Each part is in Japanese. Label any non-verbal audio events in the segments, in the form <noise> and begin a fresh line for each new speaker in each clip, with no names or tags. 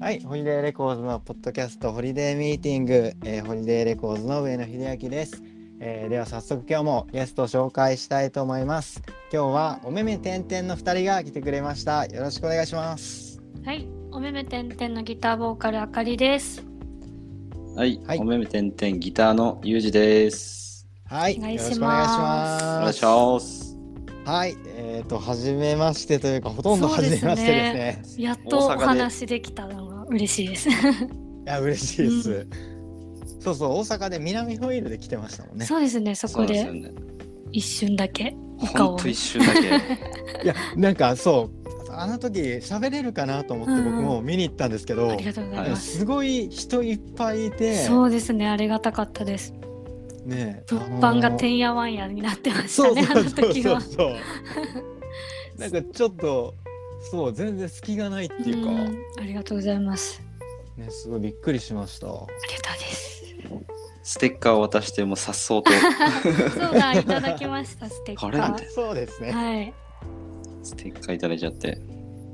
はい、ホリデーレコーズのポッドキャストホリデーミーティング、えーホリデーレコーズの上野秀明です、えーでは早速今日もゲスト紹介したいと思います。今日はおめめてんてんの二人が来てくれました。よろしくお願いします。
はい、おめめてんてんのギターボーカルあかりです。
はい、
はい
おめめてんてんギターのゆうじです。
はい、
お
よ
願い
ろ
し
しくお願いし
ます
お願
ま
い
す。
します。
はい、えっ、と初めましてというかほとんど
そう
初
で
め
すね
ましてですね。
やっとお
大阪で
話できたのが嬉しいです。
いや嬉しいです。そうそう大阪で南ホイールで来てましたもんね。
<laughs> そうですね、そこ
そう
で
なんですよね。
一瞬だけお顔
ほん
を
と。一瞬だけ。
いやなんかそうあの時喋れるかなと思って
うんうん
僕も見に行ったんですけど、
ありがとうござい
うん
ます。
すごい人いっぱいいて
そうですね、ありがたかったです。
ね
物販がて
員
んやわんやになってましたね、あの時は。
そうそうなんかちょっとそう全然隙がないっていうか、
うんありがとうございます。
ねすごいびっくりしました
ありがとうです。
ステッカーを渡してもさっそうと。
そうだ、いただきました、ステッカ
これなん
ー
て。
そうですね、
はい、
ステッカーいただいちゃって。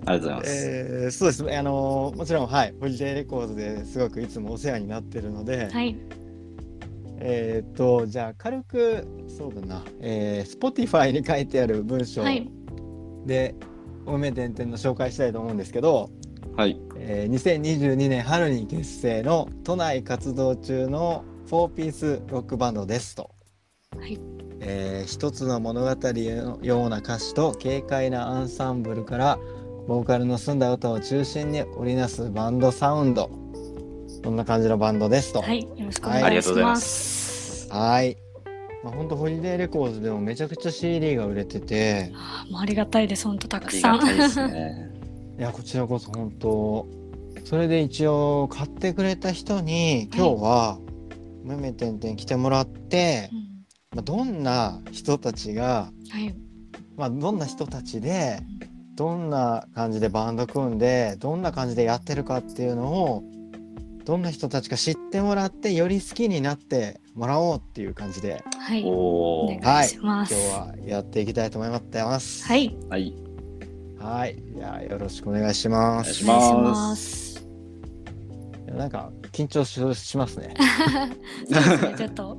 ありがとうございます。
えーそうですねあのもちろんはいホリデーレコードですごくいつもお世話になってるので、
はい、
えーっとじゃあ軽くそうだな、えー、Spotify に書いてある文章
はい、
で「おめでんてん」の紹介したいと思うんですけど、
はい。
えー2022年春に結成の都内活動中の4ピースロックバンドですと、
はい
えー一つの物語のような歌詞と軽快なアンサンブルからボーカルの澄んだ歌を中心に織りなすバンドサウンドこんな感じのバンドですと。
はい、よろしくお
はいあ
願い
りがとう
し
ござい
ま。
ます
はいまあ、ほんとホリデーレコーズでもめちゃくちゃ CD が売れてて
あもうありがたいです、本当た
あ
く
り
さ
が
ん。
たいですね。
いやこちらこそ本当それで一応買ってくれた人に今日は「めめてんてん」来てもらって、
うん
まあ、どんな人たちが、
はい、
まあ、どんな人たちでどんな感じでバンド組んでどんな感じでやってるかっていうのをどんな人たちか知ってもらってより好きになってもらおうっていう感じで
はい。
お
お
お。
願いしま
今
す。
日はやっていきたいと思ってます。
はい、
はい。
はい、いやよろしくお願いしま
お願い
す。
し
お願いし
ま <laughs>
ます。
なんか緊張ししますね。
そうですねちょっと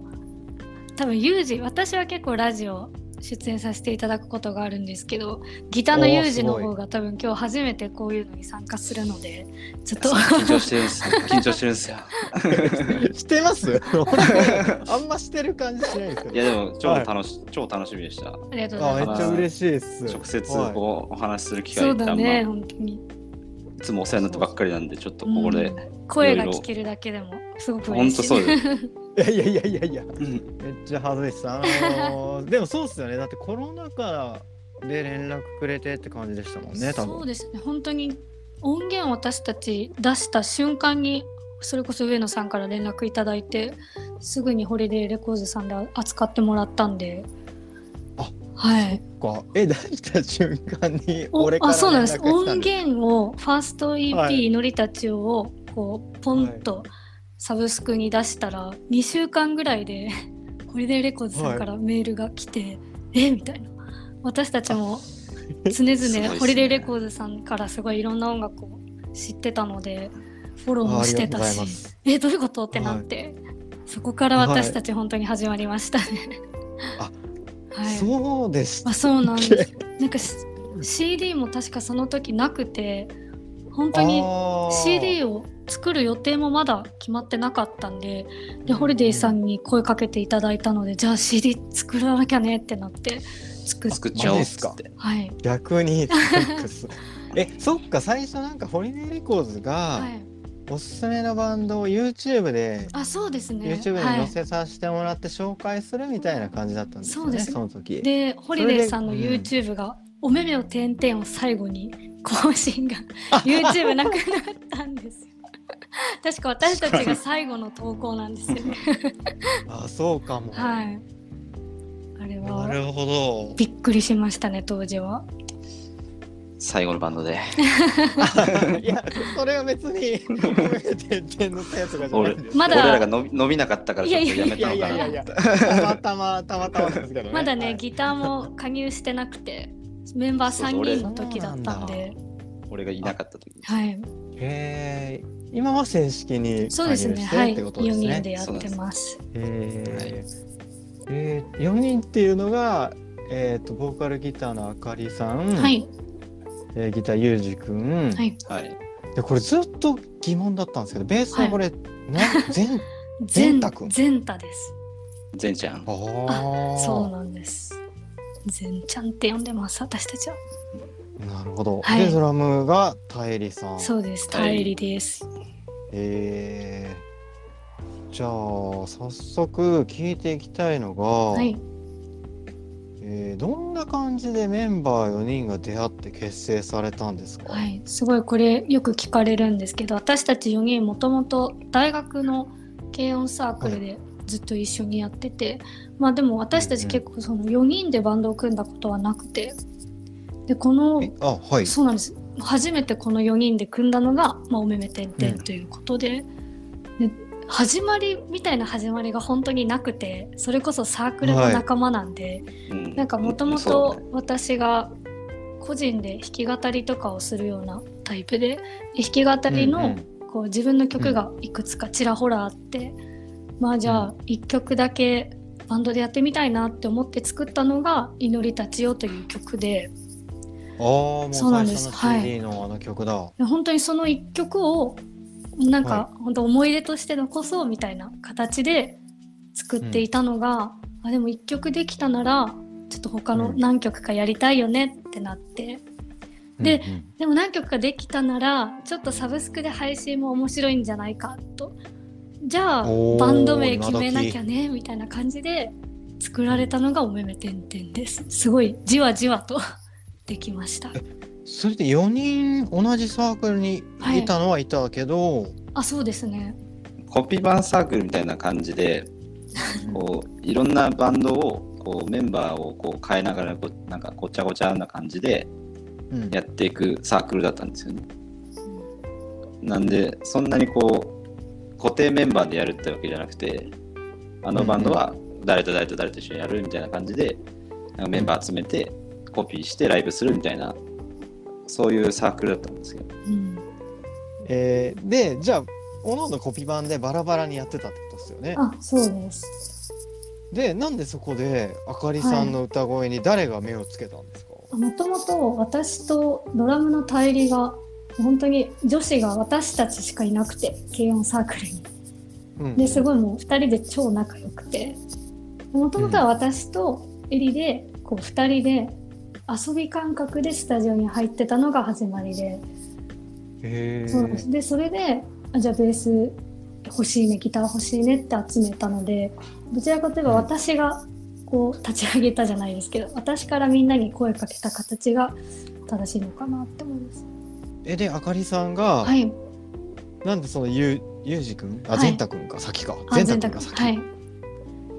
多分ユージ、私は結構ラジオ出演させていただくことがあるんですけど、ギターのユージの方が多分今日初めてこういうのに参加するの
<laughs>
で、ちょっと
緊張してるんですよ。緊張してる
<laughs>
んですよ。
してますあんましてる感じしないですけ
い
ど。
やでも超楽し、超楽しみでした。
ありがとうご
あ
ざ
め
い
っ
ま
ちゃ嬉しいです。
直接
はい
こうお話しする機
<laughs> す。そ
会
う
って
だ
あんま、
ね、
い
本当に。
つもお世話になってばっかりなんで、ちょっとここ
う
で。
ん声が聞けるだけでもすごく
本
嬉し
当
い。
そうです。
いやいやいやいやいや、
うん
めっちゃ恥ずいです。あのー <laughs> でもそうっすよね。だってコロナ禍で連絡くれてって感じでしたもんね、多
そう
分。
ですね本当に音源を私たち出した瞬間にそれこそ上野さんから連絡いただいてすぐにホリデーレコーズさんで扱ってもらったんで
あ
はい
かえ、出した瞬間に
お
俺から
あそうなんで
連
す
絡した
音源をファースト EP「
はい
祈りたちを」をこうポンとサブスクに出したら2週間ぐらいで <laughs> ホリデーレコーズさんからメールが来て、えみたいな私たちも常
すごいっす
々
ね
ホリデーレコーズさんからすごいいろんな音楽を知ってたのでフォローもしてた
あありがとうございま
し
す
えどういうことってなって、そこから私たち本当に始まりましたね。
あ
<laughs> はい
そうでした
あ
っ
そうなんです
け。
なんかし CD も確かその時なくて本当に CD
を
を作る予定もまだ決まってなかったんででホリデーさんに声かけていただいたのでじゃあ CD 作らなきゃねってなって作っ
作っちゃおうっつ
マ
っ
ジ
て。
はい、
逆に <laughs> なんかすえ、そっか最初なんかホリデーレコーズが
はい、
おすすめのバンドを YouTube で
あそうですね
YouTube に
は
載
い、
せさせてもらって紹介するみたいな感じだったんですよね、
そうです
その時。
でホリデーさんの
うん
YouTube が「おめめを点々」を最後に更新が
あ
YouTube なくなったんですよ確か私たちが最後の投稿なんですよね
あそうかも、
はい。あれ
な
は
るほど。
びっくりしましたね当時は。
最後のバンドで。
<laughs> いやそれは別に「おめでてんてん」のやつがじゃないん <laughs> です
まだ
俺らが伸び伸びなかったからちょっとやめ
いや
た
い
の
やいや
か
い
な
やたまたまたまたまですけどね。
まだね、
はい
ギターも加入してなくてメンバー
そう
3人の時だったんで
俺がいなかった時
はい、
へえ今は正式に
そうですね。
加
は
入し
い、
てって
4
ことですね。
人でやってます。
えーえー、4人っていうのが、えー、とボーカルギターのあかりさん、
はい、
えーギターゆうじくん、
はい
はい
でこれずっと疑問だったんですけどベース
は
はいこれ、
<laughs>
な全
全
善太くん
全太です。
善ちゃん
あー
そうなんです。全ちゃんって呼んでます。私たちは。
なるほど、
はい
でドラムがたえりさん
そうです。
は
た
い
えりです。
えーじゃあ早速聞いていきたいのが、
はい。
えーどんな感じでメンバー4人が出会って結成されたんですか、
はい、すごいこれよく聞かれるんですけど私たち4人もともと大学の軽音サークルでずっと一緒にやってて、まあでも私たち結構その4人でバンドを組んだことはなくてでこの
えあはい
そうなんです初めてこの4人で組んだのが「まあ、おめめてんてん」ということで,、で始まりみたいな始まりが本当になくてそれこそサークルの仲間なんで。
うん
なんかもとも
そ
と
う
私が個人で弾き語りとかをするようなタイプでで弾き語り
うんうん
のこう自分の曲がいくつかちらほらあって、まあじゃ
う
あ1曲だけバンドでやってみたいなって思って作ったのが「祈りたちよ」という曲で
ああもう
そうなん
最
です
初の CD のあの曲だ、
で本当にその1曲をなん
は
か本当思い出として残そうみたいな形で作っていたのが、あでも1曲できたならちょっと他の何曲かやりたいよねってなって。で
うんうん
でも何曲かできたならちょっとサブスクで配信も面白いんじゃないかとじゃあ
おー
バンド名決めなきゃねみたいな感じで作られたのが「おめめてんてん」ですすごいじわじわと <laughs> できました
それで4人同じサークルに
はい
いたのはいたけど、
あそうですね
コピー版サークルみたいな感じでこういろんなバンドをこうメンバーをこう変えながらこうなんかごちゃごちゃな感じで
うん
やっていくサークルだったんですよね。なんでそんなにこう固定メンバーでやるってわけじゃなくてあのバンドは誰と誰と誰と一緒にやるみたいな感じでなんかメンバー集めてコピーしてライブするみたいなそういうサークルだったんですけど
うん、
えーでじゃあおのおのコピー版でバラバラにやってたってことですよね。
あそうです
でなんでそこであかりさんの歌声に誰が目をつけたんですか、
もともと私とドラムの対立が本当に女子が私たちしかいなくて軽音サークルに
うん
ですごいもう2人で超仲良くてもともとは私とエリでこう2人で遊び感覚でスタジオに入ってたのが始まりで
へー
そうなんですでそれであじゃあベース欲しいねギター欲しいねって集めたのでどちらかといえば
うん
私がこう立ち上げたじゃないですけど私からみんなに声かけた形が正しいのかなって思います。
えであかりさんが、
はい、
なんでそのゆうゆうじくんあ
はい
善太くんか先か
あ
善
全
太くん
択
が先
はい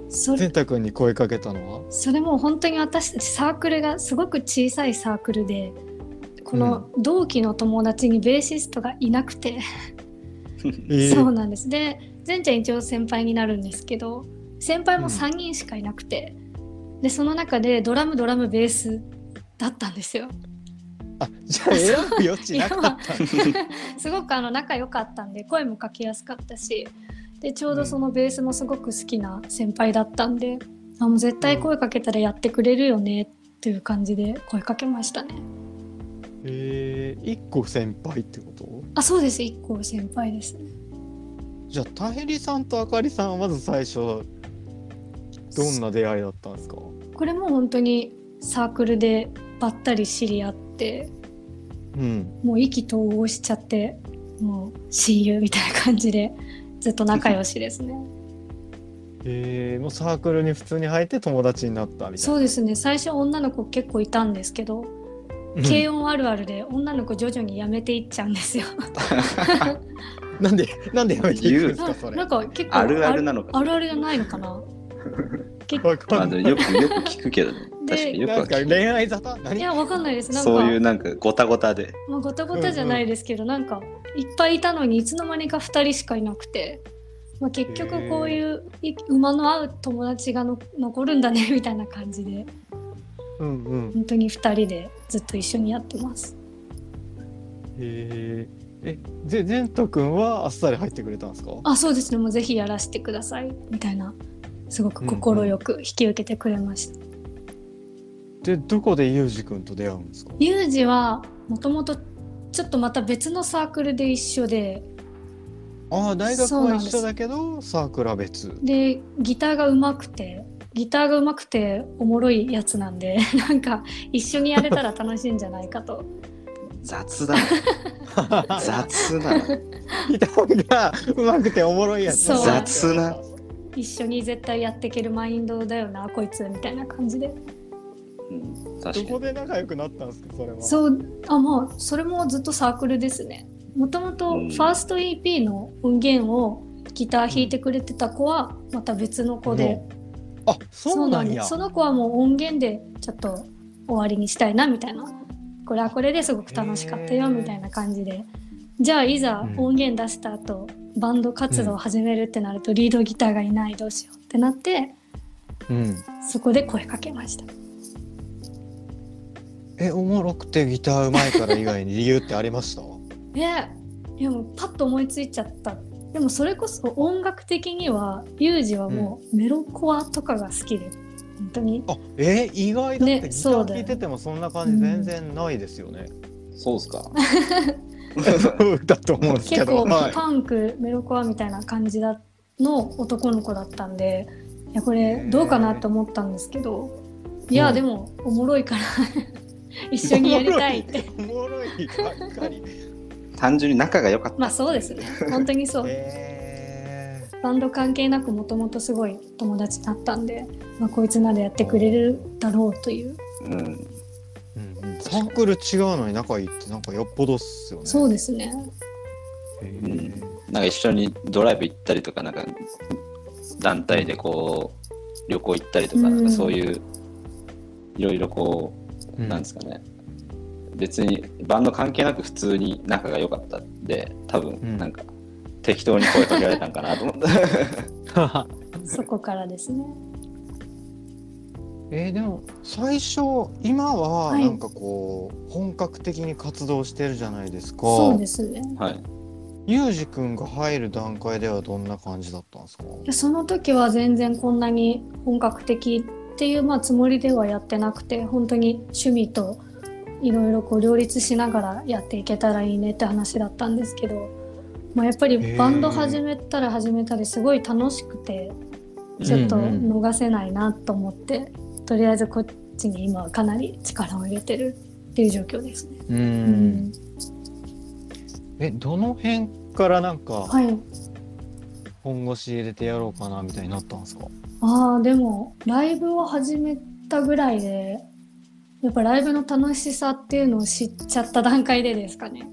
それ
善太くんに声かけたのは
それも本当に私たちサークルがすごく小さいサークルでこの同期の友達にベーシストがいなくて、
えー
そうなんですで善ちゃん一応先輩になるんですけど先輩も3人しかいなくて、でその中でドラムドラムベースだったんですよ。
あじゃあ選ぶ余地なかったんだ
すごくあの仲良かったんで声もかけやすかったしでちょうどそのベースもすごく好きな先輩だったんで、あもう絶対声かけたらやってくれるよねっていう感じで声かけましたね。
えー、一個先輩ってこと
あそうです一個先輩ですね
じゃあたへりさんとあかりさんはまず最初どんな出会いだったんですか
これも本当にサークルでばったり知り合って
うん
もう意気投合しちゃってもう親友みたいな感じでずっと仲良しですね
えー、もうサークルに普通に入って友達になったみたい
そうですね最初女の子結構いたんですけど
な
軽音あるあるで女の子徐々に辞めていっちゃうんですよ
うんなんでなんでやめていくんですかそれ
なんか結構
あるあるなのか
あるあるじゃないのかな
わか
まあ
ん
で
ない
もよくよく聞くけ
<laughs>
どね確かによく
な
は
んか
聞
恋愛沙汰
い
何
やわかんないです
く
なんか
そういうなんかごたごたで
まあ、ごたごたじゃないですけど、なんかいっぱいいたのにいつの間にか2人しかいなくて、まあ、結局こういうい馬の合う友達がの残るんだね <laughs> みたいな感じで
うんうん
本当に2人でずっと一緒にやってます。
えー、え、ぜ、ぜんとくんはあっさり入ってくれたんですか。
あそうですねもうぜひやらせてくださいみたいなすごく快く引き受けてくれました。
で、どこでゆうじくんと出会うんですか。
ユージはもともとちょっとまた別のサークルで一緒で
ああ、大学
そう
は
なんです
一緒だけど、サークルは別。
でギターが上手くてギターが上手くておもろいやつなんで <laughs> なんか一緒にやれたら楽しいんじゃないかと
雑だ
<laughs>
な雑だな
ギターがうまくておもろいやつ。
そう
雑な。
一緒に絶対やっていけるマインドだよなこいつみたいな感じで
うん
ど
確か
こ
に
で仲良くなったんですか、それは。
そうあまあそれもずっとサークルですねもともとフ
うん
ァースト EP の音源をギター弾いてくれてた子はまた別の子で、
うん。あ、そうなん
で
や。
すその子はもう音源でちょっと終わりにしたいなみたいなこれはこれですごく楽しかった
へ
よ
ー
みたいな感じでじゃあいざ
うん
音源出した後、バンド活動を始めるってなるとリードギターがいないどうしようってなって
うん。
そこで声かけました
え、おもろくてギターうまいから以外に理由ってありました。
ねいやもうパッと思いついちゃったでもそれこそ音楽的にはユージはもうメロコアとかが好きで本当に
あ、えー、意外だって、
ね
ギタ
そ
ー
うだよ
聴いててもそんな感じ全然ないですよね。
そうっすか
<laughs>
<laughs>
だと思うんですけ
結
ど。
構
はい。
パンクメロコアみたいな感じだの男の子だったんでいやこれどうかなと思ったんですけどいや
うん
でもおもろいから <laughs> 一緒にやりたいって
おもろいばっかり。
単純に仲が良かった
まあそうですね本当にそう
えー
バンド関係なくもともとすごい友達だったんで、まあ、こいつならやってくれるだろうという
うん
うんうんサークル違うのに仲いいってなんかよっぽどっすよね。
そうですね
へー
うんなんか一緒にドライブ行ったりとかなんか団体でこう旅行行ったりとか,、
うん
なんかそういういろいろこう、
うん
なんですかね別にバンド関係なく普通に仲が良かったんで多
うん
分なんか適当に声かけられたんかなと思
<laughs>
って、
そこからですね
<laughs> えーでも最初今は
はい
なんかこう、本格的に活動してるじゃないですか。
そうですね
はい、
ゆうじくんが入る段階ではどんな感じだったんですか。
いやその時は全然こんなに本格的っていう、まあ、つもりではやってなくて本当に趣味といろいろこう両立しながらやっていけたらいいねって話だったんですけど、まあ、やっぱりバンド始めたら始めたりすごい楽しくてちょっと
うんうん
逃せないなと思って、とりあえずこっちに今はかなり力を入れてるっていう状況ですね。
う。
うん
えどの辺からなんか
はい
本腰入れてやろうかなみたいになったん
<laughs>
ですか。
ああでもライブを始めたぐらいでやっぱライブの楽しさっていうのを知っちゃった段階でですかね。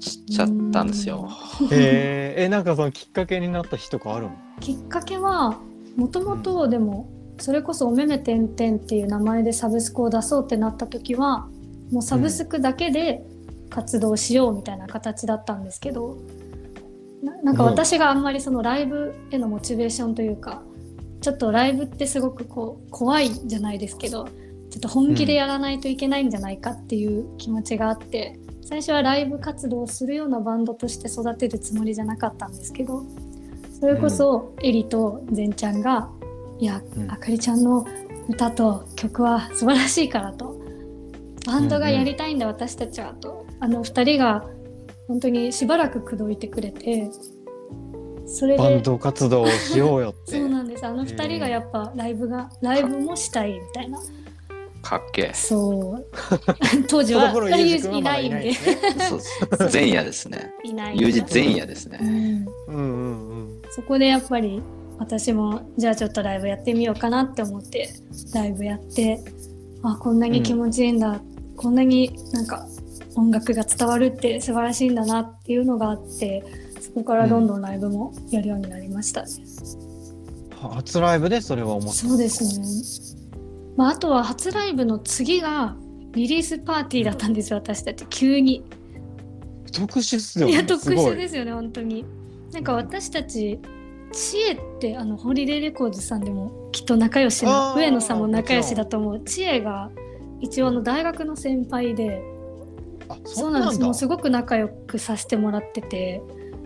知っちゃったんですよ。
えー、えなんかそのきっかけになった日とかあるの。
きっかけはもともとでもそれこそ「おめめてんてん」っていう名前でサブスクを出そうってなった時はもうサブスクだけで活動しようみたいな形だったんですけどななんか
うん
私があんまりそのライブへのモチベーションというかちょっとライブってすごくこう怖いじゃないですけどちょっと本気でやらないといけないんじゃないかっていう気持ちがあって最初はライブ活動をするようなバンドとして育てるつもりじゃなかったんですけどそれこそエリとゼンちゃんが「いや
うん
あかりちゃんの歌と曲は素晴らしいから」と「バンドがやりたいんだ私たちは」とあの2人が本当にしばらく口説いてくれてそれ
バン
で
ド活動をしようよって。
そうなんですあの2人がやっぱライブがライブもしたいみたいな
かっけ
そう <laughs> 当時
その
は
頃
あ
ゆうじくんはまだ
い
い
な
ない
ん
いで
で
ね。
す
えそうっす前夜ですね
いない
友人前夜です
う
ね
ん
うんうんうん。
そこでやっぱり私もじゃあちょっとライブやってみようかなって思ってライブやってあこんなに気持ちいいんだ、こんなになんか音楽が伝わるって素晴らしいんだなっていうのがあってそこからどんどんライブもやるようになりましたね。
初ライブでそれは思った。
そうですね、まあ、あとは初ライブの次がリリースパーティーだったんですよ私たち急に。
特殊っすよ
い
ね。
や特
すご
殊
い
ですよね本当になんか私たち知恵ってあのホリデーレコーズさんでもきっと仲良し
あ
の
ー
上野さんも仲良しだと思う知恵が一応あの大学の先輩で
あ
そ
そうう
なん
な
です
ん
も
だ
うすごく仲良くさせてもらってて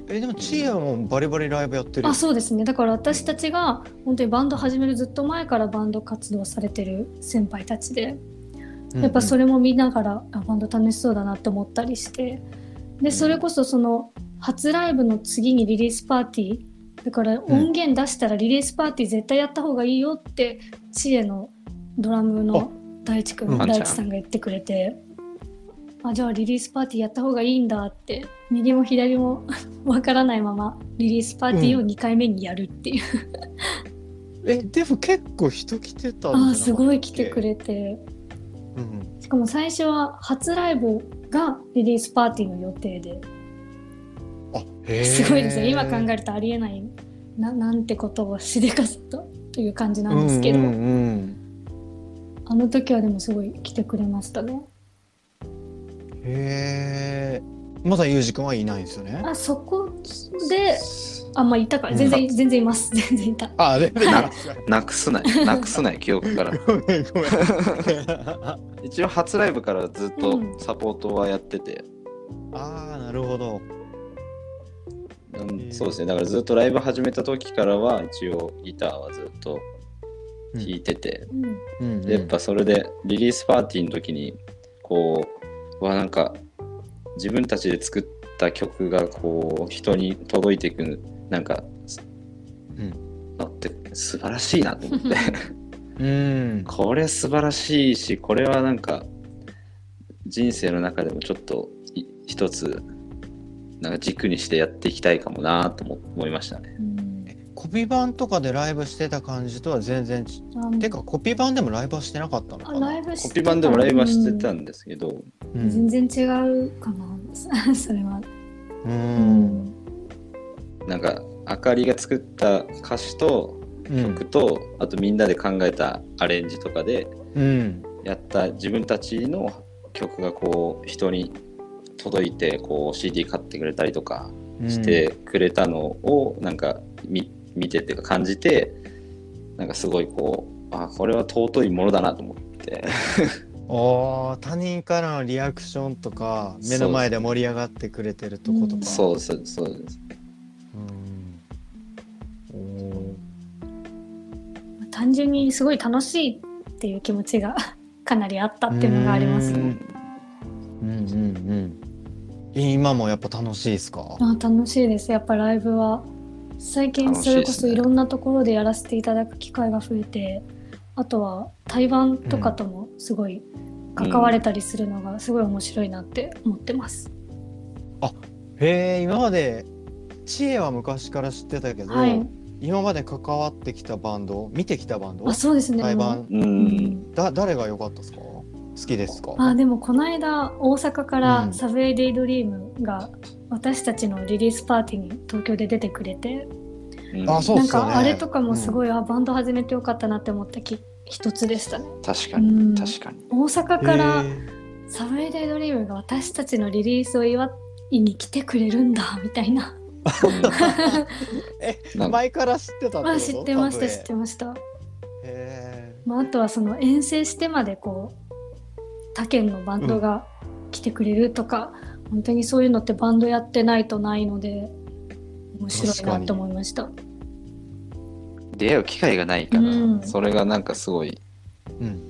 えでもチーヤもバリバリライブやってる
あそうですねだから私たちが本当にバンド始めるずっと前からバンド活動されてる先輩たちでやっぱそ
れ、
れも見ながら、あバンド楽しそうだなって思ったりしてでそれこそその初ライブの次にリリースパーティーだから音源出したらリリースパーティー絶対やった方がいいよって知恵のドラムの大地君
うん
大地さんが言ってくれて。あじゃあリリースパーティーやった方がいいんだって右も左も <laughs> わからないままリリースパーティーを2回目にやるっていう、
うんえでも結構人来てたんじゃな
あ
か
あ
ったっけ
すごい来てく、れて
うん
しかも最初は初ライブがリリースパーティーの予定で
あへー
<laughs> すごいですね今考えるとありえないななんてことをしでかすとという感じなんですけど、
うんうんうん
あの時はでもすごい来てくれましたね
へえまだユージ君はいないんですよね
あそこであまあいたから全然、
うん
全然います <laughs> 全然いた
あで
ななくすないなくすない記
<laughs>
憶から
ごめんごめん
一応初ライブからずっとサポートはやってて、
ああなるほど
うん
うん
そうですねだからずっとライブ始めた時からは一応ギターはずっと弾いてて、
うん
うん
でやっぱそれでリリースパーティーの時にこううわなんか自分たちで作った曲がこう人に届いていくなんか、
ん
のって素晴らしいなと思って <laughs>
うん
これ素晴らしいしこれはなんか人生の中でもちょっとい一つなんか軸にしてやっていきたいかもなとも思いましたね。
うん
コピー版とかでライブしてた感じとは全然ち
あ
てかコピー版でもライブはしてなかったの
あ
かな
ライブして
コ
た
ピー版でもライブはしてた
うん
んですけど、
う
全
ん
然違うかな <laughs> それは、
う
うん
なんかあかりが作った歌詞と
うん
曲と、あとみんなで考えたアレンジとかで
うん
やった自分たちの曲がこう人に届いてこう CD 買ってくれたりとか
うん
してくれたのをなんか見見てっていうか感じてなんかすごいこうあこれは尊いものだなと
<laughs>
思って
ああ他人からのリアクションとか
そう
目の前で盛り上がってくれてるとこと
う
か
ん
そうですそうです
うんお
単純にすごい楽しいっていう気持ちが <laughs> かなりあったっていうのがあります
う
ね。
んーうんうんうん今もやっぱ楽しいですか
あ楽しいですやっぱライブは最近
楽し
そ
い
れ
で
こ
す
そ
ね
いろんなところでやらせていただく機会が増えて、あとは台湾とかともすごい関われたりするのがすごい面白いなって思ってます。
へえ今まで知恵は昔から知ってたけど、
はい、
今まで関わってきたバンド見てきたバンド
あそうですね
台
も
湾
うん、
ううん
だ誰が良かったですか好きですか
あでもこの間大阪か
う
ら
ん
サブウェイ・デイ・ドリームが私たちのリリースパーティーに東京で出てくれて、
うん
あそう
な
っ
ん
すよね
かあれとかもすごい、あバンド始めてよかったなって思ったき一つでしたね。
確か
う
に
ん、
確かに
大阪から
へー
サムイデイドリームが私たちのリリースを祝いに来てくれるんだみたいな
<laughs> え
なんか
前から知ってたってこと
まあ知ってまし
サブウェ
た
イ
知ってました、
へ
まあ、あとはその遠征してまでこう他県のバンドが来てくれるとか、本当にそういうのってバンドやってないとないので面白いなと思いました
出会う機会がないから、
うん
それがなんかすごい
ーうん、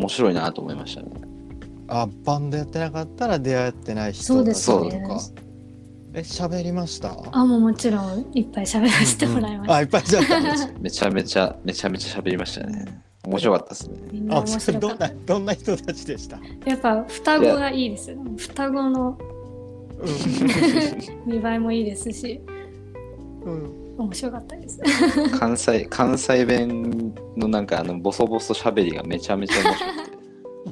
面白いなと思いましたね
<laughs>
あバンドやってなかったら出会ってない人
そうです
と
ね
かえ喋りました
あもうもちろんいっぱい喋らせてもらいました、
あいっぱい喋ったんです
めちゃめちゃめちゃめちゃ喋りましたね。面白かったで
<laughs>
すね。
みん
あ
な面
それど
白かっ
ん
た
などんな人たちでした、
やっぱ双子がいいですよね双子の見栄えもいいですし
うん、 <laughs>
面白かったです
関西関西弁のなんかあのボソボソ喋りがめちゃめちゃ面白くて。
な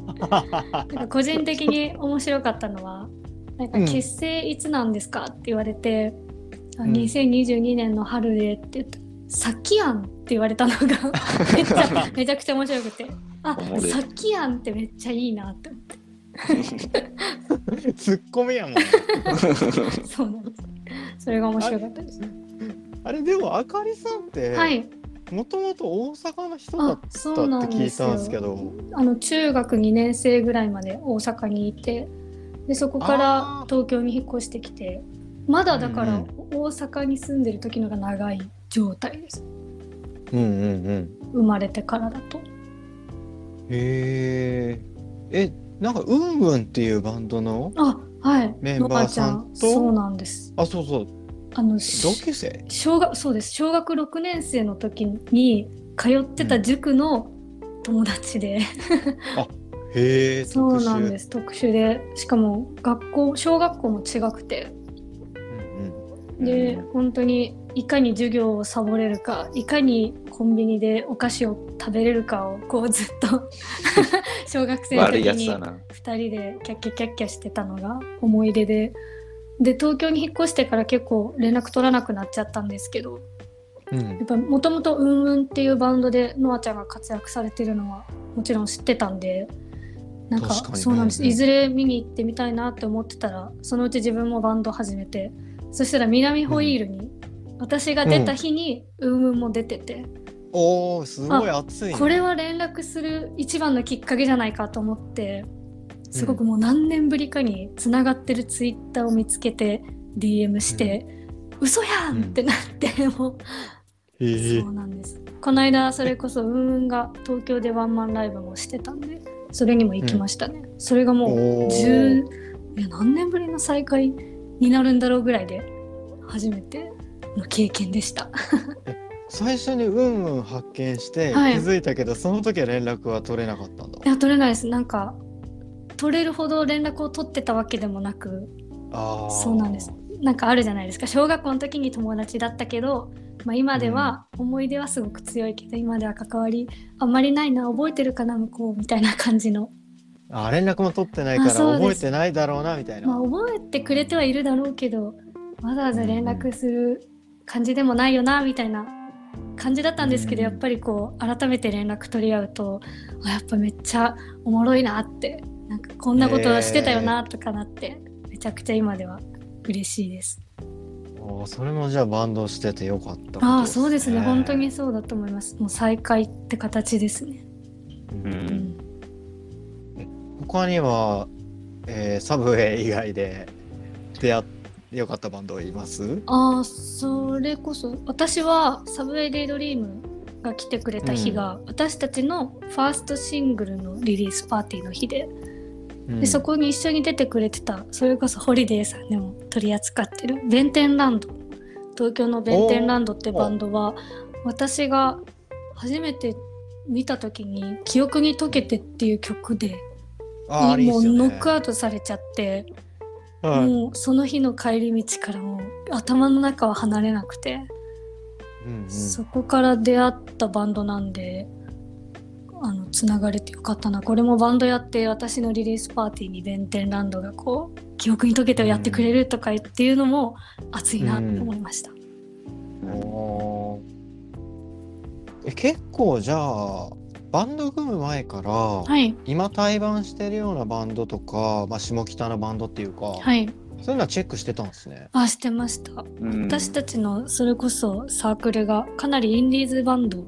んか個人的に面白かったのは「なんか
うん
結成いつなんですか?」って言われて「あ
うん
2022年の春で」って言ったら「さっきやん」って言われたのがめっちゃめちゃくちゃ面白くて「あ
おもれ
さっきやん」ってめっちゃいいなって思って
ツッコミやもん
そうなんですそれが面白かったです
あれでもあかりさんって
はい
もともと大阪の人だっ
あ
た
そう
っ
な
て
ん
聞
で
い
す
たんですけ
よ
ど
あの中学2年生ぐらいまで大阪にいてでそこから東京に引っ越してきてまだだか
う
ら
ん
大阪に住んでる時のが長い状態です
うんうんうん。
生まれてからだと
へえ。え、なんかうんうんっていうバンドの
あはい
メンバーさ
の
ん
あ
と
ちゃんそうなんです
あそうそう
あの
同級生。
小学そうです小学6年生の時に通ってた塾の友達で、
へえ。。
そうなんですす特殊でしかも学校小学校も違くて
うん
で、
うん
本当にいかに授業をサボれるかいかにコンビニでお菓子を食べれるかをこうずっと <laughs> 小学生の
悪い
時
やつ
に
だ
2
な。
人でキャッキャキャッキャしてたのが思い出でで東京に引っ越してから結構連絡取らなくなっちゃったんですけど
うん。う
や
ん
っぱもともと「うんうん」っていうバンドでノアちゃんが活躍されてるのはもちろん知ってたんでなんか
確かに
そうなんです、
うんうん
いずれ見に行ってみたいなって思ってたらそのうち自分もバンド始めてそしたら南ホイールに、私が出た日に「うんうん」も出てて、
おおすごい熱いね。
これは連絡する一番のきっかけじゃないかと思ってすごくもう何年ぶりかにつながってるツイッターを見つけて DM して「嘘やん!」ってなって、もう。
へー
そうなんです。この間それこそうんうんが東京でワンマンライブもしてたんで、それにも行きましたね。それがもう
おー
十いや何年ぶりの再会になるんだろうぐらいで初めての経験でした。
最初にうんうん発見して気
はい
づいたけど、その時は連絡は取れなかったんだ
い。や取れないです。なんか取れるほど連絡を取ってたわけでもなく、
ああ。
そうなんです。なんかあるじゃないですか。小学校の時に友達だったけど。まあ、今では思い出はすごく強いけど、今では関わりあんまりないな覚えてるかな向こうみたいな感じの
あ連絡も取ってないから
あそうです
覚えてないだろうなみたいな。
まあ、覚えてくれてはいるだろうけどわざわざ連絡する感じでもないよなみたいな感じだったんですけど、
うん
やっぱりこう改めて連絡取り合うとあやっぱめっちゃおもろいなってなんかこんなことはしてたよなとかなって、めちゃくちゃ今では嬉しいです。
おーそれもじゃあバンドしててよかったことね、
ああそうですね本当にそうだと思いますもう再会って形ですね。
う
うん
うんん
他には、えーサブウェイ以外で出会ってよかったバンドいます
あーそれこそ私は「サブウェイ・デイ・ドリーム」が来てくれた日が、私たちのファーストシングルのリリースパーティーの日で,、でそこに一緒に出てくれてたそれこそホリデーさんでも取り扱ってるベンテンランド東京のベンテンランドってバンドは私が初めて見た時に「記憶に溶けて」っていう曲で
あーあれいい
も
っ
う
すよね
ノックアウトされちゃって、
はい
もうその日の帰り道からもう頭の中は離れなくて。
うんうん
そこから出会ったバンドなんであのつながれてよかったなこれもバンドやって私のリリースパーティーにベンテンランドがこう記憶に溶けてやってくれるとかっていうのも熱いなと思いました、
おーえ結構じゃあバンド組む前から、
はい
今対バンしてるようなバンドとか、まあ、下北のバンドっていうか、
はい
そういうのはチェックしてたんですね。
あしてました、
うん
私たちのそれこそサークルがかなりインディーズバンド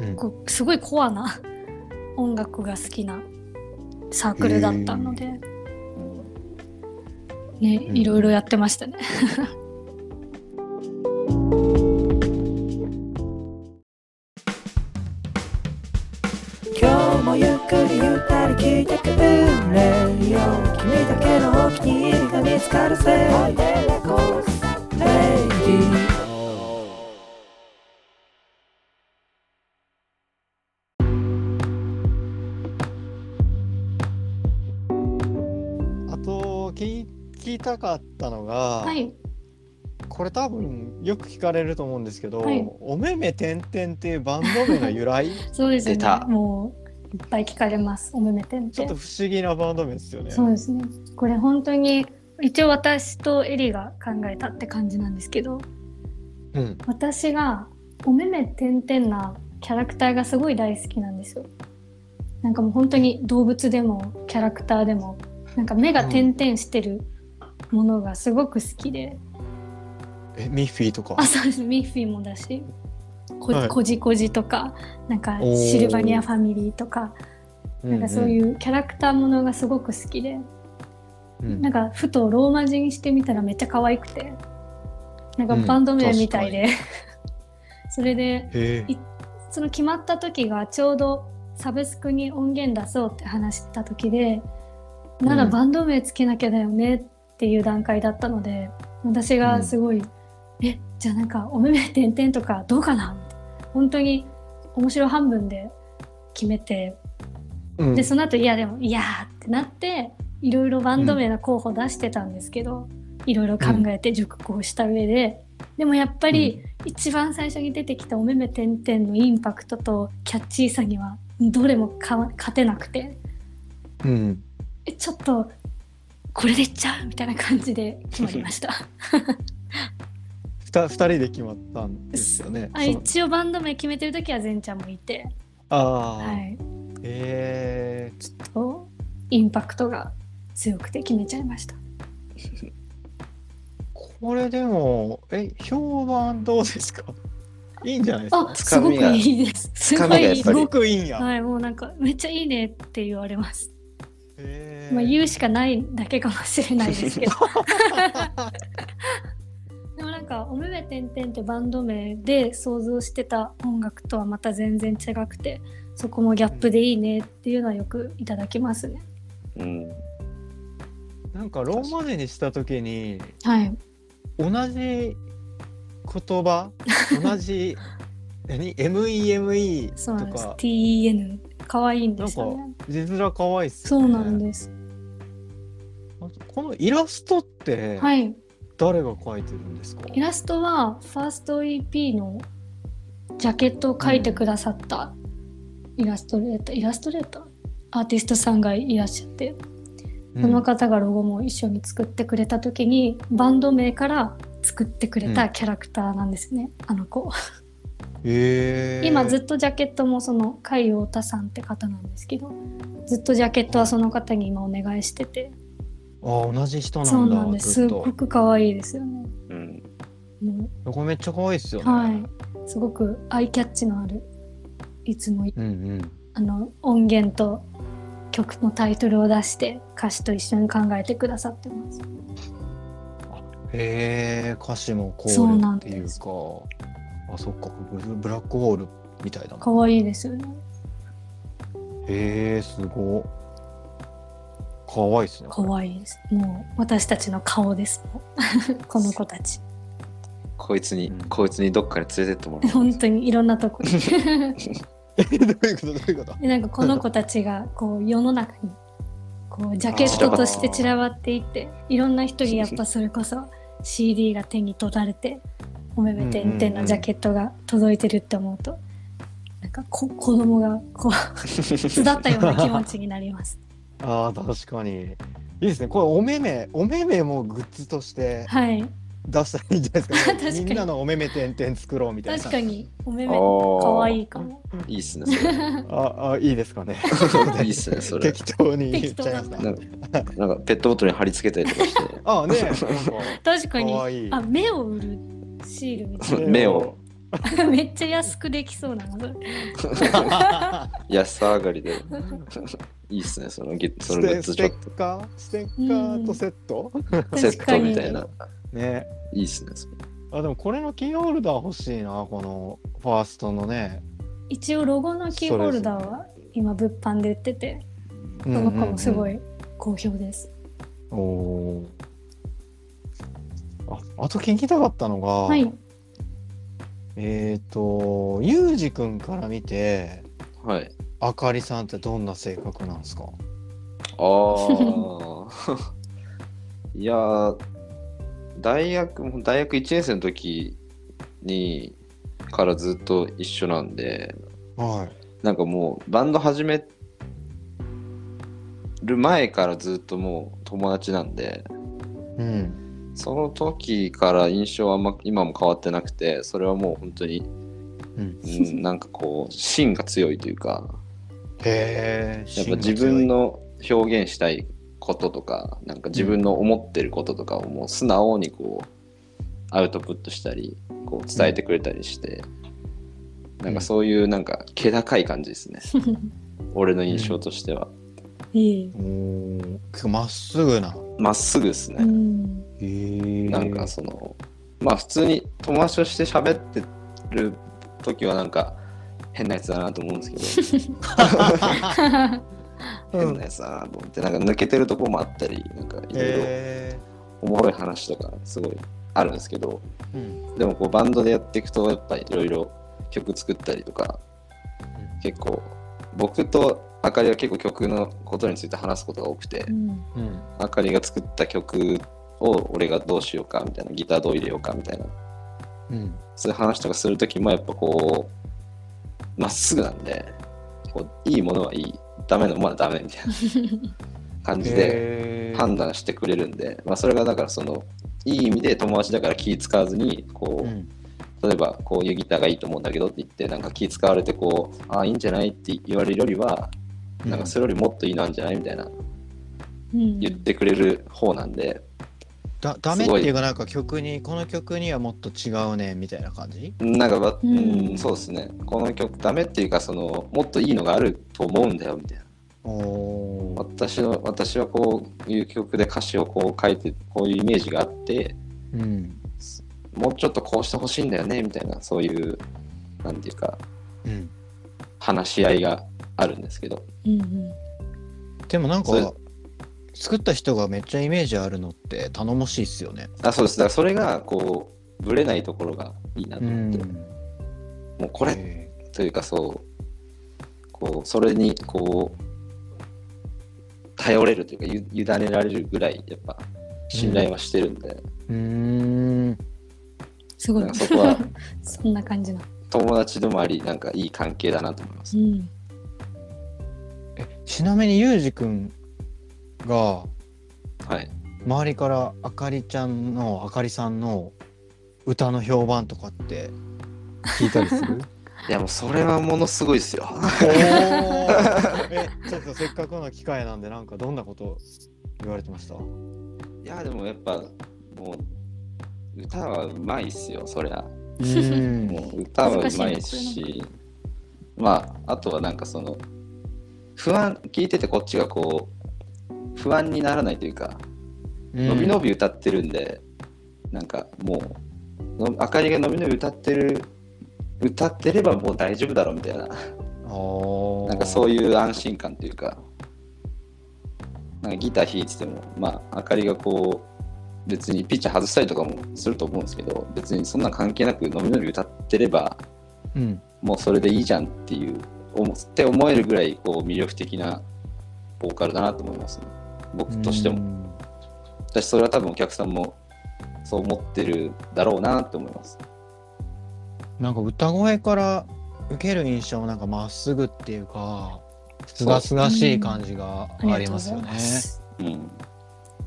うん
こうすごいコアな音楽が好きなサークルだったので、ね、
うん
いろいろやってましたね
今日もゆっくりゆったり聞いてくれよ君だけのお気に入りが見つかるぜレイディ
あと聞い聞きたかったのが、
はい
これ多分よく聞かれると思うんですけど「
はい
おめめてんてん」っていうバンド名の由来
そうですよ
出
ね
た
もういっぱい聞かれますおめめてん
ちょ
て
っと不思議なバンド名ですよね。
そうですねこれ本当に一応私とエリが考えたって感じなんですけど
うん
私がおめめてんてんなキャラクターがすごい大好きなんですよなんかもう本当に動物でもキャラクターでもなんか目が点々してるものがすごく好きで、
えミッフィーとか
あそうですミッフィーもだしこ,、
はい
こじこじとかなんか
おー
シルバニアファミリーとかなんかそういううキャラクターものがすごく好きで、
うん
なんかふとローマ字にしてみたらめっちゃ可愛くてなんか
うん
バンド名みたいで、 <laughs> それで
へえ
いその決まった時がちょうどサブスクに音源出そうって話してた時でなら
うん
バンド名つけなきゃだよねっていう段階だったので私がすごい、えじゃあなんか「お目目てんてん」とかどうかな本当に面白半分で決めて
うん
でその後いやでもいやーってなっていろいろバンド名の候補出してたんですけど、いろいろ考えて熟考した上で、でもやっぱり一番最初に出てきた「おめめてんてん」のインパクトとキャッチーさにはどれもかわ勝てなくて
うん
えちょっとこれでいっちゃうみたいな感じで決まりま
<laughs>
した
ふた二人で決まったんですよね。
あ
その
一応バンド名決めてる時は善ちゃんもいて、
あー、
はい、
えー、
とインパクトが強くて決めちゃいました
これでもえ評判どうですか？いいんじゃないですか
あ？
つか
すご
み
く
が
いいですす
つかみ
ご
が
い
やっ
いい
ぱ
す
り
ごくいいんや。
はい、もうなんかめっちゃいいねって言われます。
えー
まあ言うしかないだけかもしれないです
<laughs>
けど。でもなんか「おめめてんてん」ってバンド名で想像してた音楽とはまた全然違くてそこもギャップでいいねっていうのはよくいただきますね。
うん。
なんかローマ字にした時に
はい、
同じ言
<laughs>
葉同じ何 MEME
そうなん
と
です
か
TEN 可愛いん
な
で
ん
す
か
よね。
字面可愛いっす
そ
よね。
うなんです。
このイラストって
はい、
誰が描いてるんですか？
イラストはファースト EP のジャケットを描いてくださったイラストレーター、イラストレーターアーティストさんがいらっしゃって、
うん
その方がロゴも一緒に作ってくれた時にバンド名から作ってくれたキャラクターなんですね、あの子。
えー、
今ずっとジャケットもその甲斐太田さんって方なんですけどずっとジャケットはその方に今お願いしてて、
あ同じ人なんだ
そうなんです
ず
す
っ
っ
と
ごく可愛いですよね。
うん。
もう
これめっちゃ可愛いっすよね、
はい、すごくアイキャッチのあるいつもい
うんうん
あの音源と曲のタイトルを出して歌詞と一緒に考えてくださってます。
へえ歌詞もこ
そう
う
な
っ
ん
ていう
で
か
す
あそっかブルブラックホールみたいだな
可愛いですよね。
へえすごっ可愛いっすね
可愛いです。もう私たちの顔です。もう <laughs> この子たち。
こいつに、
うん
こいつにどっかに連れてってもらおう。
本当にいろんなとこ <laughs> に。
え <laughs> どういうことどういうこと
でなんかこの子たちがこう世の中にこうジャケットとして散らばっていっていろんな人にやっぱそれこそ CD が手に取られて「おめめてんてん」のジャケットが届いてるって思うとなんかこ子供がこう巣立
<laughs>
ったような気持ちになります。
あー確かにいいですねこれおめめおめめもグッズとして
はい
出したらいいんじゃないですか,、
<laughs> 確かに
みんなのおめめ点々作ろうみたいな
確かにおめめ
可
可愛いかも
い。いいっすね。それ
ああいいですかね
<laughs> いいっすね。それ。
適当に言っち
適当
ゃいま
だっ
したた
なんか、なんかペットボトルに貼り付けたりとかして。
あねなんか
確かに
可愛い
あ目を売るシールみ <laughs> たい
目を
な <laughs> めっちゃ安くできそうなのそれ
安さ上がりで。いいっすね。そのゲッ <laughs> ト、そ
ス
のグッ
テ
ズ
ス
ちょ
テ
っ
ッカーステッカーとセット、
と。セ
確
ッ
か
ト
に
みたいな。
ね
いいっすね。それ
あでもこれのキーホルダー欲しいなこのファーストのね
一応ロゴのキーホルダーは今物販で売ってて
そ
その子もすごい好評です。
おおーああと聞きたかったのが、
はい。
えっ、とゆうじくんから見て
<laughs>
はい。
あかりさんってどんな性格なんですか
ああ。いやー、大学、もう大学1年生の時に、からずっと一緒なんで、
はい
なんかもう、バンド始める前からずっともう友達なんで、
うん
その時から印象はあんま今も変わってなくて、それはもう本当に、
うん
うんなんかこう、芯が強いというか、
へえ
やっぱ自分の表現したいこととか、なんか自分の思ってることとかをもう素直にこう、アウトプットしたり、こう伝えてくれたりして、なんかそういうなんか気高い感じですね。俺の印象としては。
いい。
おおまっすぐな
まっすぐですね、
うん
へえ
なんかそのまあ普通に友達として喋ってる時はなんか変なやつだなと思うんですけど変なやつだなと思ってなんか抜けてるとこもあったりなんかいろいろ
へ
おもろい話とかすごいあるんですけど
えうん
でもこうバンドでやっていくとやっぱりいろいろ曲作ったりとか結構僕とあかりは結構曲のことについて話すことが多くて
うん
うん
あかりが作った曲を俺がどうしようかみたいなギターどう入れようかみたいな
うん
そういう話とかするときもやっぱこうまっすぐなんでこういいものはいいダメなものはダメみたいな感じで
へえ
判断してくれるんで、まあ、それがだからそのいい意味で友達だから気使わずにこ
う
う、
ん
例えばこういうギターがいいと思うんだけどって言ってなんか気使われてこうああいいんじゃないって言われるよりはなんかそれよりもっといいなんじゃないみたいな
うん
言ってくれる方なんで、
だダメっ
す
て
ごい
いうかなんか曲にこの曲にはもっと違うねみたいな感じ
なんかば、うん
うん
そうですねこの曲ダメっていうかそのもっといいのがあると思うんだよみたいな
おー
私の私はこういう曲で歌詞をこう書いてこういうイメージがあって
うん
もうちょっとこうしてほしいんだよねみたいなそういうなんていうか
うん
話し合いがあるんですけど
うんうん
でもなんか
それ
作った人がめっちゃイメージあるのって頼もしいっすよね
あそうですだからそれがこうぶれないところがいいなと
う
思って、
ん
もうこれ
へ
というかそうこうそれにこう頼れるというかゆ委ねられるぐらいやっぱ信頼はしてるんで、
えうーん
すごい
なんかそこは
<laughs> そんな感じな
友達でもありなんかいい関係だなと思います
う。ん
えちなみにゆうじくんが
はい
周りからあかりちゃんのあかりさんの歌の評判とかって聞いたりする
いやもうそれはものすごいですよ。
おー <laughs> えちょっとせっかくの機会なんでなんかどんなこと言われてました
いやでもやっぱもう歌はうまいっすよそりゃ。
うん
もう歌はうまいし、まああとはなんかその不安聞いててこっちがこう不安にならないというか伸び伸び歌ってるんで、なんかもうのあかりが伸び伸び歌ってる歌ってればもう大丈夫だろうみたいな
おー
なんかそういう安心感というか、なんかギター弾いてても、まあ、あかりがこう、別にピッチャー外したりとかもすると思うんですけど、別にそんな関係なく、のびのび歌ってれば、
うん
もうそれでいいじゃんっていう、おもって思えるぐらいこう魅力的なボーカルだなと思いますね。僕としても。
も
私、それは多分お客さんもそう思ってるだろうなと思います。
なんか歌声から受ける印象もなんかまっすぐっていうかすがすがしい感じがありますよね、
うん。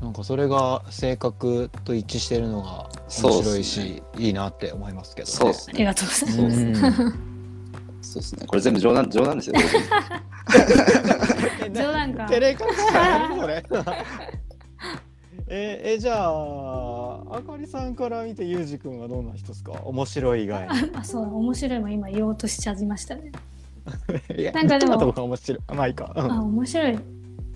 なんかそれが性格と一致してるのが面白いし、いいなって思いますけど、ね、
そうです
あり
ね。
がとうございます
そうですね
ん
そうですね。これ全部冗談、冗談ですよ。
え
冗談か
照れ隠しなのこれ <laughs> ええじゃああかりさんから見てゆうじくんはどんな人ですか面白い以外に
あそうだ面白いも今言おうとしちゃいましたね
<laughs> いや
なんかでも
言ったことが面白いあまあいいか、うん
あ面白い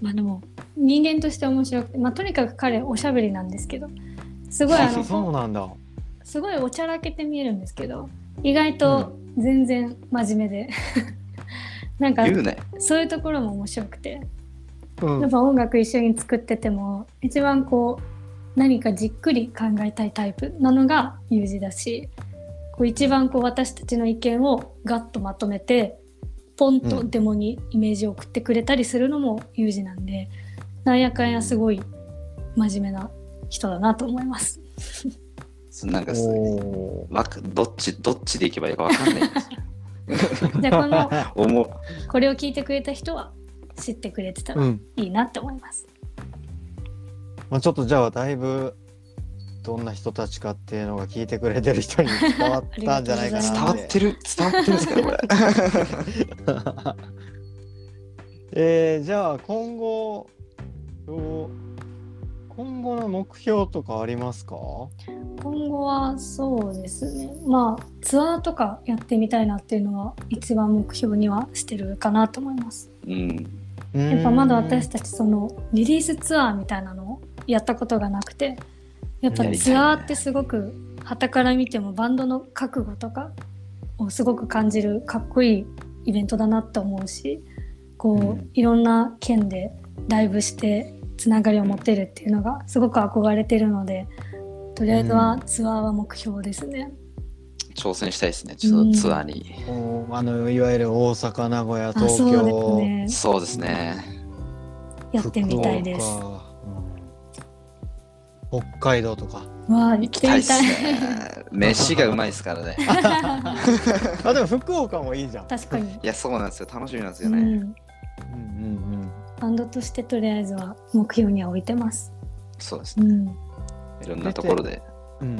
まあでも人間として面白くて、まあ、とにかく彼おしゃべりなんですけどすごいあ
あそう
の
なんだ
すごいおちゃらけて見えるんですけど意外と全然真面目で <laughs> なんか
言うね。
そういうところも面白くて
うん
やっぱ音楽一緒に作ってても一番こう何かじっくり考えたいタイプなのがユージだしこう一番こう私たちの意見をガッとまとめてポンと
うん
デモにイメージを送ってくれたりするのもユージなんで、なんやかんやすごい真面目な人だなと思い
<laughs>
ます。
なんかす
おー
わかどっちどっちで行けばいいかわかんない <laughs> んですよ
じゃあこの
思う
これを聞いてくれた人は知ってくれて
<laughs>
た
う
ら
ん、
いいなって思います。
まあ、ちょっとじゃあだいぶどんな人たちかっていうのが聞いてくれてる人に伝わったんじゃないかな
あり
伝
が
わ
と
っ
う
てる伝わってるんですかねこれ
<laughs> えーじゃあ今後どう今後の目標とかありますか
今後はそうですねまあツアーとかやってみたいなっていうのは一番目標にはしてるかなと思います
うん
やっぱまだ私たちそのリリースツアーみたいなのをやったことがなくてやっぱ
やりたい
ツアーってすごく傍から見てもバンドの覚悟とかをすごく感じるかっこいいイベントだなと思うしこう、
うん
いろんな県でライブしてつながりを持てるっていうのがすごく憧れてるのでとりあえず
う
は
ん
ツアーは目標ですね。
挑戦したいですね、ちょっとツアーに。
こうあのいわゆる大阪名古屋
あ
東
そうで
京、
すね
そうですね。
やってみたいです。
福岡うん北海道とか
わあ行
行
っ
き
て
たい
み
です
たい。
ね。飯がうまいですからね。
<laughs> あでも福岡もいいじゃん、
確かに。
いや、そうなんですよ。楽しみなんで
う
すよね。
ん、
うんうんうん、
バンドとしてとりあえずは目標には置いてます。
そうです
う
ね。
ん、
いろんなところで。
うん、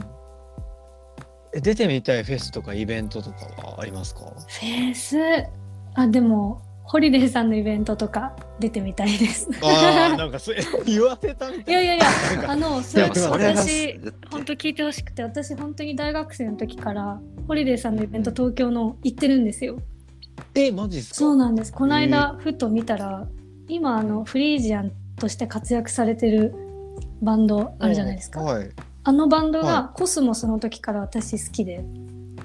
え出てみたいフェスとかイベントとかはありますか
フェスあでもホリデーさんのイベントとか出てみたいです。
ああなんかす <laughs> 言わせたみ
<laughs> い
た
や
い
いやいやあのそ
で
れ
もそれが
私本当聞いてほしくて私本当に大学生の時からホリデーさんのイベント東京の行ってるんですよ。
えマジっすか
そうなんですこの間ふと見たら今あのフリージアンとして活躍されてるバンドあるじゃないですか。
はい
あのバンド
は
がコスモスの時から私好きで、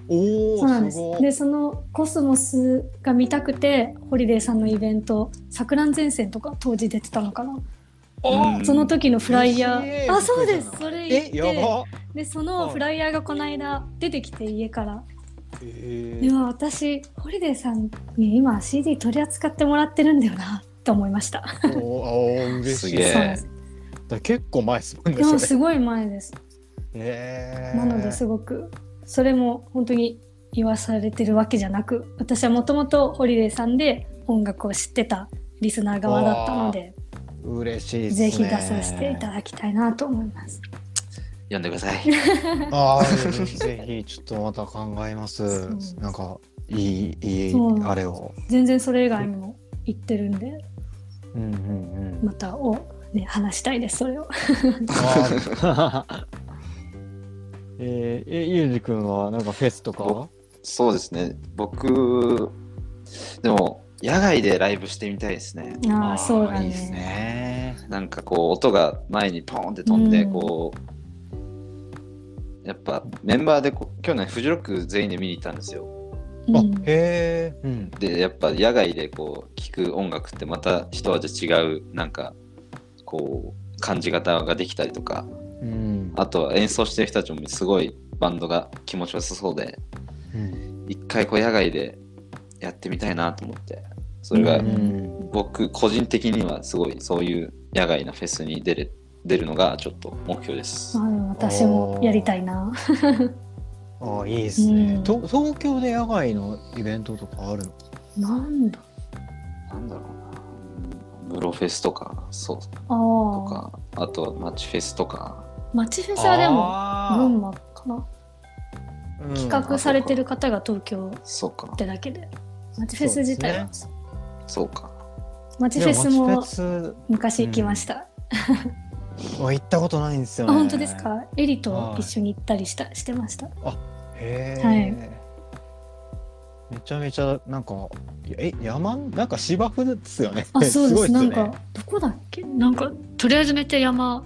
おお
そうなんです
すご
で
い
そのコスモスが見たくてホリデーさんのイベント「桜蘭前線」とか当時出てたのかな、
あ
うん
その時のフライヤ
え
ー、
ー
あそうです
びっ
それ
くり
行っ
じゃないえや
て
ば
でそのフライヤーがこの間出てきて家から
え
いや私ホリデーさんに今 CD 取り扱ってもらってるんだよなと思いました、
ー、おーあー嬉し
す
い
げ
そうなん
え
です。
だ結構前っすもん
い
ね
や
それ
すごい前です
えー、
なのですごくそれも本当に言わされてるわけじゃなく私はもともとホリデーさんで音楽を知ってたリスナー側だったので、
嬉しいっすね
ぜひ出させていただきたいなと思います。
読んでください。
あーぜひちょっとまた考えま
そうですす
なんかいいいい
そう
あれを
全然それ以外にも言ってるんで
うんうんうん
またを、ね、話したいですそれを。
あー <laughs> えー、え、ゆうじくんは、なんかフェスとかは。
そうですね。僕、でも、野外でライブしてみたいですね。
ああそうだ
い
ね
いですね。
なんかこう、音が前にポーンって飛んで、
うん
こう、やっぱメンバーでこう去年フジロック全員で見に行ったんですよ。
うん
あ、へえ、うん。
で、やっぱ野外でこう、聴く音楽ってまた一味違う、なんか、こう、感じ方ができたりとか、
うん。
あとは演奏してる人たちもすごいバンドが気持ちよさそうで、
うん
一回こう野外でやってみたいなと思ってそれが
うん
僕個人的にはすごいそういう野外なフェスに出れ出るのがちょっと目標です
まあ、でも私もやりたいな。
あー、いいですね
う。ん
と、東京で野外のイベントとかあるの。
なんだ
なんだろうなムロフェスとかそうと
ああ
かあとはマッチフェスとか
街フェスはでも群
も。
馬かな
うん
企画されてる方が東京
そうか
ってだけで街フェス自体は
そうか
街フェス
でも
も
街フ
昔行きました、
ェスは行ったことないんですよ
あ
ね。
本当です。かエリと一緒に行ったりしたしてました
へえ。
はい
めちゃめちゃ、なんか、いやえ、山、なんか芝生ですよね。 <laughs>
あそうです
ごいっ
な
よ
ん
ね
かどこだっけなんかとりあえずめっちゃ山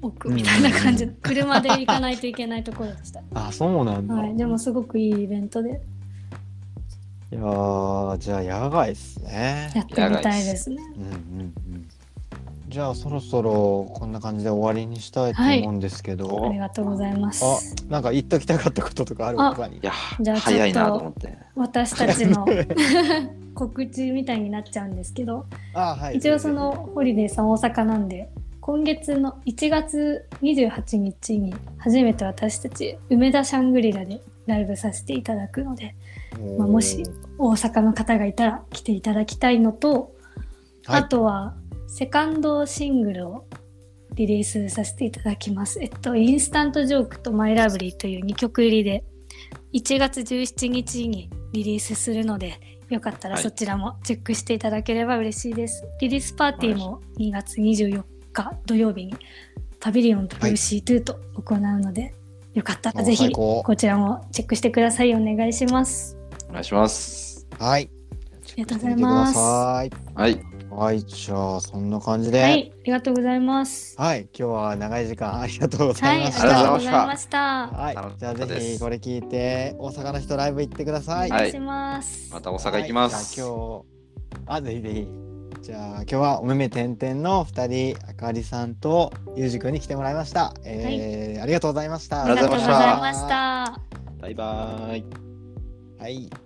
奥みたいな感じ、
う
車で行かないといけないところでした
あ、そうなんだ。
はいでもすごくいいイベントで
いやーじゃあ野外っすね。
やってみたいですね
うんうんうん。じゃあそろそろこんな感じで終わりにしたいと
はい
思うんですけど、
ありがとうございます
あなんか言っときたかったこととかある
あ
他に
い。や
じゃあちょっと
早いなと思って
私たちの <laughs> 告知みたいになっちゃうんですけど
あはい。
一応そのホリデーさん大阪なんで今月の1月28日に初めて私たち梅田シャングリラでライブさせていただくので
おー、
まあもし大阪の方がいたら来ていただきたいのと、
はい
あとはセカンドシングルをリリースさせていただきます。えっと、インスタントジョークとマイラブリーという2曲入りで1月17日にリリースするので、よかったら
はい
そちらもチェックしていただければ嬉しいです。リリースパーティーも2月24日土曜日にパビリオンと UC2 と行うので、よかったらぜ
お
ひ
最高
こちらもチェックしてください。お願いします。
お願いします
はい。
ありがとうございます
見てください
はい
はい、じゃあそんな感じで、
は
はい、
い、ありがとうございます。
今日は長い時間ありがとうござ
はいい、あ
ま
り
し
がとう
た。
ございました。
はい、
楽し
じゃ
か
あ
った
ぜ
です
ひこれ聞いて大阪の人ライブ行ってください。
お
はい
願いします。
また大阪行きます。
じゃあ今日あぜひぜひじゃあ今日はおめめてんてんの二人あかりさんとゆうじくんに来てもらいました、えーありがとうございました
ありがとうござい
あ
ました。
バイバーイ。
はい